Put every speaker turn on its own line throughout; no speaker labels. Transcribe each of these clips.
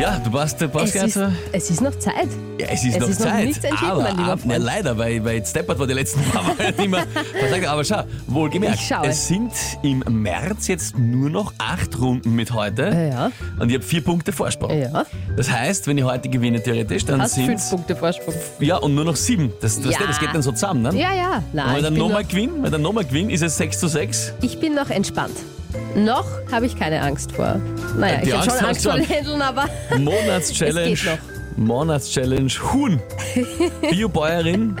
Ja, du warst der
Es ist,
Postgasse.
es ist noch Zeit.
Ja, es ist
es
noch
ist noch
Zeit.
nichts entschieden,
aber
mein lieber
ab- na,
Freund.
leider, weil, weil Steppert war die letzten paar Mal halt nicht mehr versagt. Aber schau, wohlgemerkt,
Ich schaue.
es sind im März jetzt nur noch acht Runden mit heute.
Ja, ja.
Und ich habe vier Punkte Vorsprung.
Ja.
Das heißt, wenn ich heute gewinne, theoretisch, dann
Hast
sind
fünf Punkte Vorsprung.
ja und nur noch sieben. Das, das,
Ja.
das geht dann so zusammen, ne?
Ja, ja.
Und
Nein,
wenn ich
ich,
dann
bin
nochmal
noch,
gewinne, wenn dann nochmal gewinne, ist es 6 zu 6.
ich bin noch entspannt. Noch habe ich keine Angst vor. Naja,
Äh, Die
ich habe
Angst
schon
hast
Angst
du
vor
schon.
Händeln, aber
Monatschallenge.
Es geht
Monatschallenge Huhn. Biobäuerin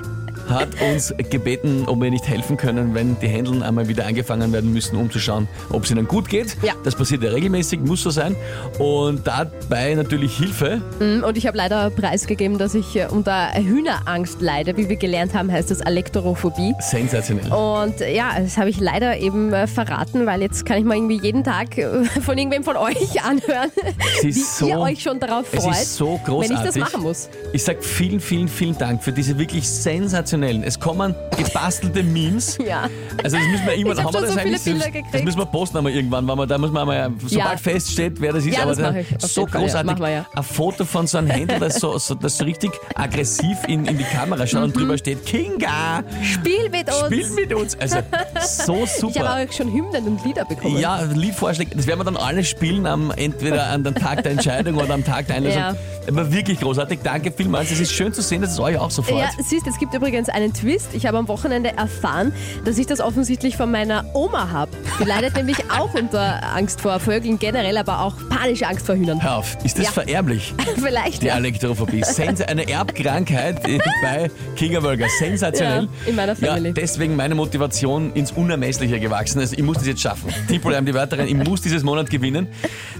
hat uns gebeten, ob wir nicht helfen können, wenn die Händeln einmal wieder angefangen werden müssen, um zu schauen, ob es ihnen gut geht.
Ja.
Das passiert ja regelmäßig, muss so sein. Und dabei natürlich Hilfe.
Mm, Und ich habe leider preisgegeben, dass ich äh, unter Hühnerangst leide. Wie wir gelernt haben, heißt das Elektrophobie.
Sensationell.
Und äh, ja, das habe ich leider eben äh, verraten, weil jetzt kann ich mal irgendwie jeden Tag äh, von irgendwem von euch anhören,
Es
wie
ist so-
ihr euch schon darauf
Es
freut,
ist so
wenn
großartig.
ich das machen muss.
Ich sag vielen, vielen, vielen Dank für diese wirklich sensationellen. Es kommen gebastelte Memes.
Ja.
Also das müssen wir irgendwann,
Ich
haben
hab
wir
schon
das
so viele
eigentlich,
Bilder
das- das
gekriegt.
müssen wir posten einmal irgendwann, weil wir, da muss man einmal, sobald
Ja.
feststeht, wer das ist,
Ja,
aber
das
da-
mach ich, auf
so
jeden Fall, ja.
großartig,
Machen wir, ja.
ein Foto von so einem Händel, das so, so, das so richtig aggressiv in, in die Kamera schaut
Mhm.
und drüber steht, Kinga,
Spiel mit uns!
spiel mit uns. Also so
ich
super.
habe auch schon Hymnen und Lieder bekommen.
Ja, Liedvorschläge, das werden wir dann alle spielen, am, entweder an dem Tag der Entscheidung oder am Tag der Einlösung.
Ja.
Aber wirklich großartig, danke vielmals. Es ist schön zu sehen, dass es euch auch so freut.
Ja, siehst, es gibt übrigens einen Twist. Ich habe am Wochenende erfahren, dass ich das offensichtlich von meiner Oma habe. Die leidet nämlich auch unter Angst vor Vögeln generell, aber auch panische Angst vor Hühnern.
Hör auf, ist das
Ja.
vererblich?
Vielleicht
Die
ja.
Elektrophobie. Sens eine Erbkrankheit äh, bei Kingerwölger. Sensationell.
Ja, in meiner Family.
Ja, deswegen meine Motivation ins Unermessliche gewachsen. Also ich muss das jetzt schaffen. Tippel haben die Wörter rein. Ich muss dieses Monat gewinnen.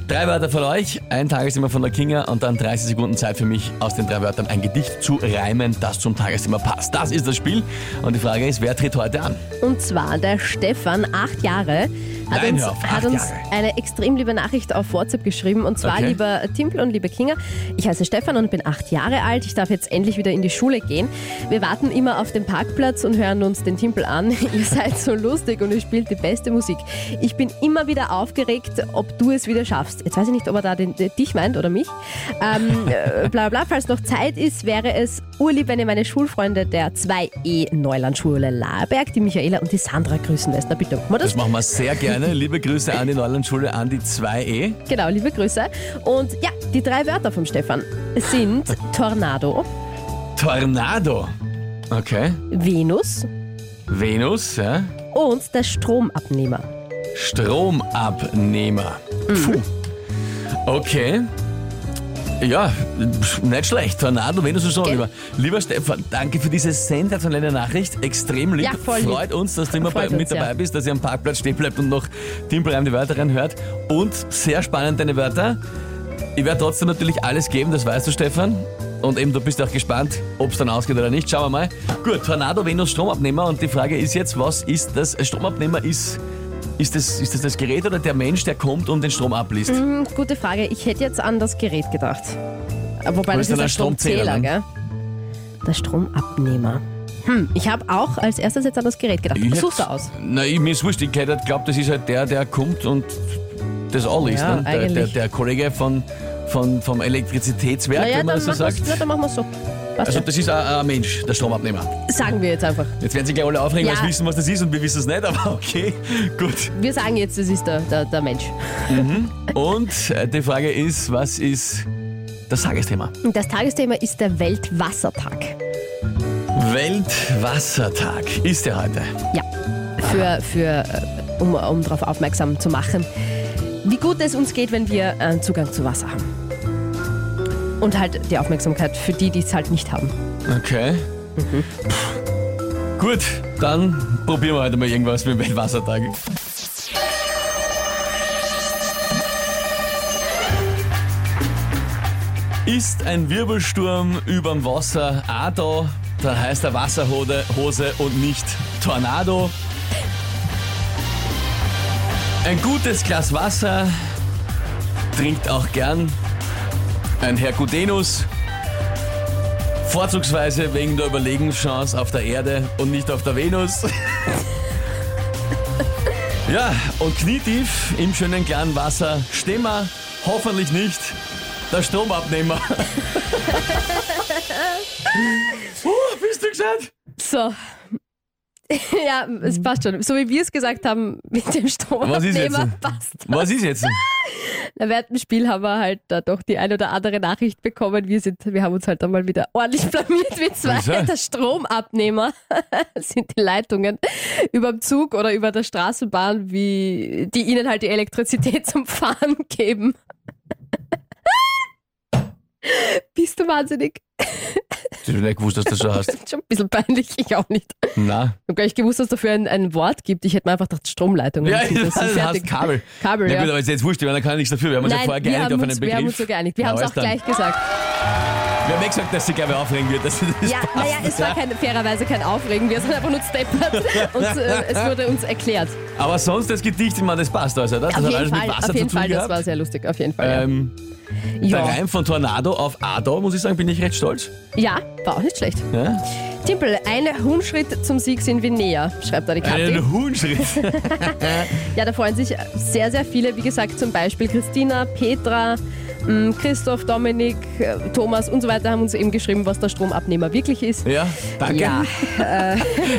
Drei Wörter von euch, ein Tagesthema von der Kinga und dann 30 Sekunden Zeit für mich, aus den drei Wörtern ein Gedicht zu reimen, das zum Tagesthema passt. Das ist das Spiel. Und die Frage ist, wer tritt heute an?
Und zwar der Stefan, acht Jahre, hat
Nein,
uns,
hör auf, acht
hat uns
Jahre.
eine extrem liebe Nachricht auf WhatsApp geschrieben. Und zwar,
Okay.
lieber Timpel und liebe Kinga, ich heiße Stefan und bin acht Jahre alt. Ich darf jetzt endlich wieder in die Schule gehen. Wir warten immer auf den Parkplatz und hören uns den Timpel an. ihr seid so lustig und ihr spielt die beste Musik. Ich bin immer wieder aufgeregt, ob du es wieder schaffst. Jetzt weiß ich nicht, ob er da den, den, dich meint oder mich. Ähm, äh, bla bla, falls noch Zeit ist, wäre es urlieb, wenn ihr meine Schulfreunde der 2E Neulandschule Laberg, die Michaela und die Sandra grüßen lässt. Na bitte, machen wir das?
Das machen wir sehr gerne. Liebe Grüße an die Neulandschule, an die E. 2E.
Genau, liebe Grüße. Und ja, die drei Wörter vom Stefan sind Tornado,
Tornado. Okay.
Venus
Venus, ja.
und der Stromabnehmer.
Stromabnehmer. Puh. Okay. Ja, pf, nicht schlecht. Tornado, wenn du so schon
Gell?
lieber. Lieber Stefan, danke für diese sensationelle Nachricht. Extrem lieb.
Ja, voll lieb.
Freut uns, dass du immer bei,
Freut
mit
uns,
dabei
ja.
bist, dass ihr am Parkplatz stehen bleibt und noch Timpelheim die Wörter reinhört. Und sehr spannend deine Wörter. Ich werde trotzdem natürlich alles geben, das weißt du, Stefan. Und eben, du bist auch gespannt, ob es dann ausgeht oder nicht. Schauen wir mal. Gut, Tornado, Venus, Stromabnehmer. Und die Frage ist jetzt, was ist das? Stromabnehmer ist, ist, das, ist das das Gerät oder der Mensch, der kommt und den Strom abliest?
Hm, gute Frage. Ich hätte jetzt an das Gerät gedacht. Wobei
ist
das ist
dann
ein
ein Stromzähler,
Stromzähler, gell? Der Stromabnehmer. Hm, ich habe auch als erstes jetzt an das Gerät gedacht.
Ich
Such's
hätt-
aus.
Na, ich, mir ist wurscht. Ich glaube, das ist halt der, der kommt und das alles.
Ja,
ne? der, der,
eigentlich.
der Kollege von, von, vom Elektrizitätswerk,
Naja,
wenn man
dann,
das so
machen wir's-
sagt.
na, dann machen wir es so. Passt
Also das ist ein, ein Mensch, der Stromabnehmer.
schon. Sagen wir jetzt einfach.
Jetzt werden sich gleich alle aufregen,
Ja.
weil sie wissen, was das ist und wir wissen es nicht, aber okay, gut.
Wir sagen jetzt, das ist der, der, der Mensch.
Und äh, die Frage ist, was ist das Tagesthema?
Und Das Tagesthema ist der Weltwassertag.
Weltwassertag ist der heute.
Ja, für, für, äh, um, um darauf aufmerksam zu machen, wie gut es uns geht, wenn wir äh, Zugang zu Wasser haben. Und halt die Aufmerksamkeit für die, die es halt nicht haben.
Okay. Puh. Gut, dann probieren wir heute mal irgendwas mit dem Weltwassertag. Ist ein Wirbelsturm überm Wasser A da, dann heißt er Wasserhose Hose und nicht Tornado. Ein gutes Glas Wasser trinkt auch gern ein Herr Gudenus. Vorzugsweise wegen der Überlegenschance auf der Erde und nicht auf der Venus. Ja, und knietief im schönen klaren Wasser stehen wir, hoffentlich nicht, der Stromabnehmer. Puh, bist du gescheit?
So. ja, es passt schon. So wie wir es gesagt haben mit
Was ist
dem
jetzt?
Stromabnehmer, passt.
Was ist jetzt?
Na, Während dem Spiel haben wir halt da doch die ein oder andere Nachricht bekommen. Wir, sind, wir haben uns halt einmal wieder ordentlich blamiert mit zwei.
Wieso?
Der Stromabnehmer sind die Leitungen über dem Zug oder über der Straßenbahn, wie, die ihnen halt die Elektrizität zum Fahren geben. Bist du wahnsinnig?
Ich hab nicht gewusst, dass du das schon hast.
Schon ein bisschen peinlich, ich auch nicht.
Na,
Ich habe gar nicht gewusst, dass es dafür ein, ein Wort gibt. Ich hätte mir einfach gedacht, Stromleitungen.
ja,
sind
das
das sind
hast Kabel.
Kabel,
Ja,
ja.
gut, aber ist jetzt wurscht, ich meine, da kann ich nichts dafür. Wir haben uns ja
Nein,
vorher
wir,
geeinigt
haben
auf einen
uns,
Begriff.
wir haben uns so geeinigt. Wir
Na,
haben es
alles
auch
dann.
gleich gesagt.
Wir haben eh gesagt, dass sie, glaube ich, aufregen wird. Dass sie das
Ja,
passt.
naja, es war kein, fairerweise kein Aufregen. Wir sind einfach nur steppert und äh, es wurde uns erklärt.
Aber sonst das Gedicht, ich meine, das passt also. Das, das
auf
hat
jeden
alles
Fall,
mit Wasser
auf jeden
zu tun
Fall das
gehabt.
war sehr lustig. Auf jeden Fall.
ähm, Der
ja.
Reim von Tornado auf Ado, muss ich sagen, bin ich recht stolz.
ja, war auch nicht schlecht.
Ja?
Timpel, einen Hundschritt zum Sieg sind wir näher, schreibt da die Kathi.
Einen Huhnschritt.
Ja, da freuen sich sehr, sehr viele. Wie gesagt, zum Beispiel Christina, Petra, m, Christoph, Dominik, äh, Thomas und so weiter haben uns eben geschrieben, was der Stromabnehmer wirklich ist.
Ja, danke.
Ja.
Ich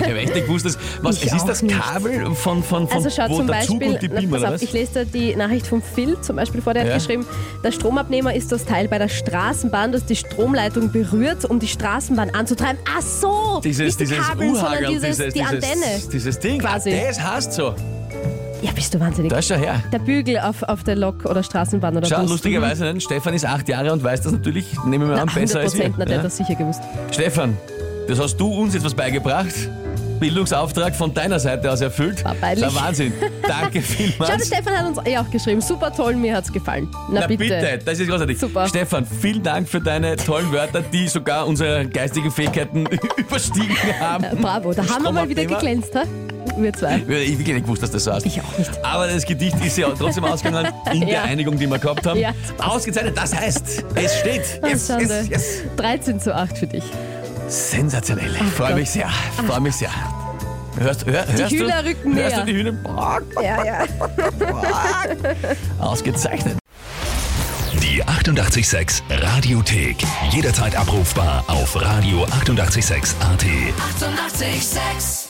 habe echt nicht gewusst, dass, was,
Ich
es ist
auch
das
nicht.
Kabel von, von, von
Also schau
wo
zum
der Zug
Beispiel,
und die
na,
Beamer,
pass
oder
auf,
was?
ich lese da die Nachricht vom Phil zum Beispiel vor, der
Ja.
hat geschrieben, der Stromabnehmer ist das Teil bei der Straßenbahn, das die Stromleitung berührt, um die Straßenbahn anzutreiben. Ach so,
Dieses,
nicht die
dieses
Kabel, sondern
Uhagerl,
dieses,
dieses,
die Antenne.
dieses, dieses Ding.
Quasi.
Ah, das hast so.
Ja, bist du wahnsinnig.
Da ist schon her.
der Bügel auf, auf der Lok oder Straßenbahn oder
Schau,
Bus.
lustigerweise, nein, Stefan ist acht Jahre und weiß das natürlich, nehmen wir
Na,
an,
100
besser als wir.
Prozent, na, der hat das sicher gewusst.
Stefan, das hast du uns jetzt was beigebracht. Bildungsauftrag von deiner Seite aus erfüllt.
War peinlich.
Der Wahnsinn. Danke
Schau, der
vielmals.
Stefan hat uns eh auch geschrieben, super toll, mir hat's gefallen. Na,
Na bitte. das ist großartig.
Super.
Stefan, vielen Dank für deine tollen Wörter, die sogar unsere geistigen Fähigkeiten überstiegen haben.
Bravo, da haben wir mal wieder
Stromabnehmer.
geglänzt, ha? Wir zwei.
Ich hätte wirklich nicht gewusst, dass das so heißt.
Ich auch nicht.
Aber das Gedicht ist ja trotzdem ausgegangen in der
Ja.
Einigung, die wir gehabt haben.
Ja.
Ausgezeichnet, das heißt, es steht.
Ach,
Yes,
Schande.
yes, yes.
13 zu 8 für dich.
Sensationell. Ich freue
Gott.
mich sehr. Freue mich sehr. Hörst, hör, hörst
Hühner
du,
rücken
Hörst
näher.
du die Hühner?
Ja, ja.
Ausgezeichnet.
Die 886 Radiothek. Jederzeit abrufbar auf radio886.at. 886!
886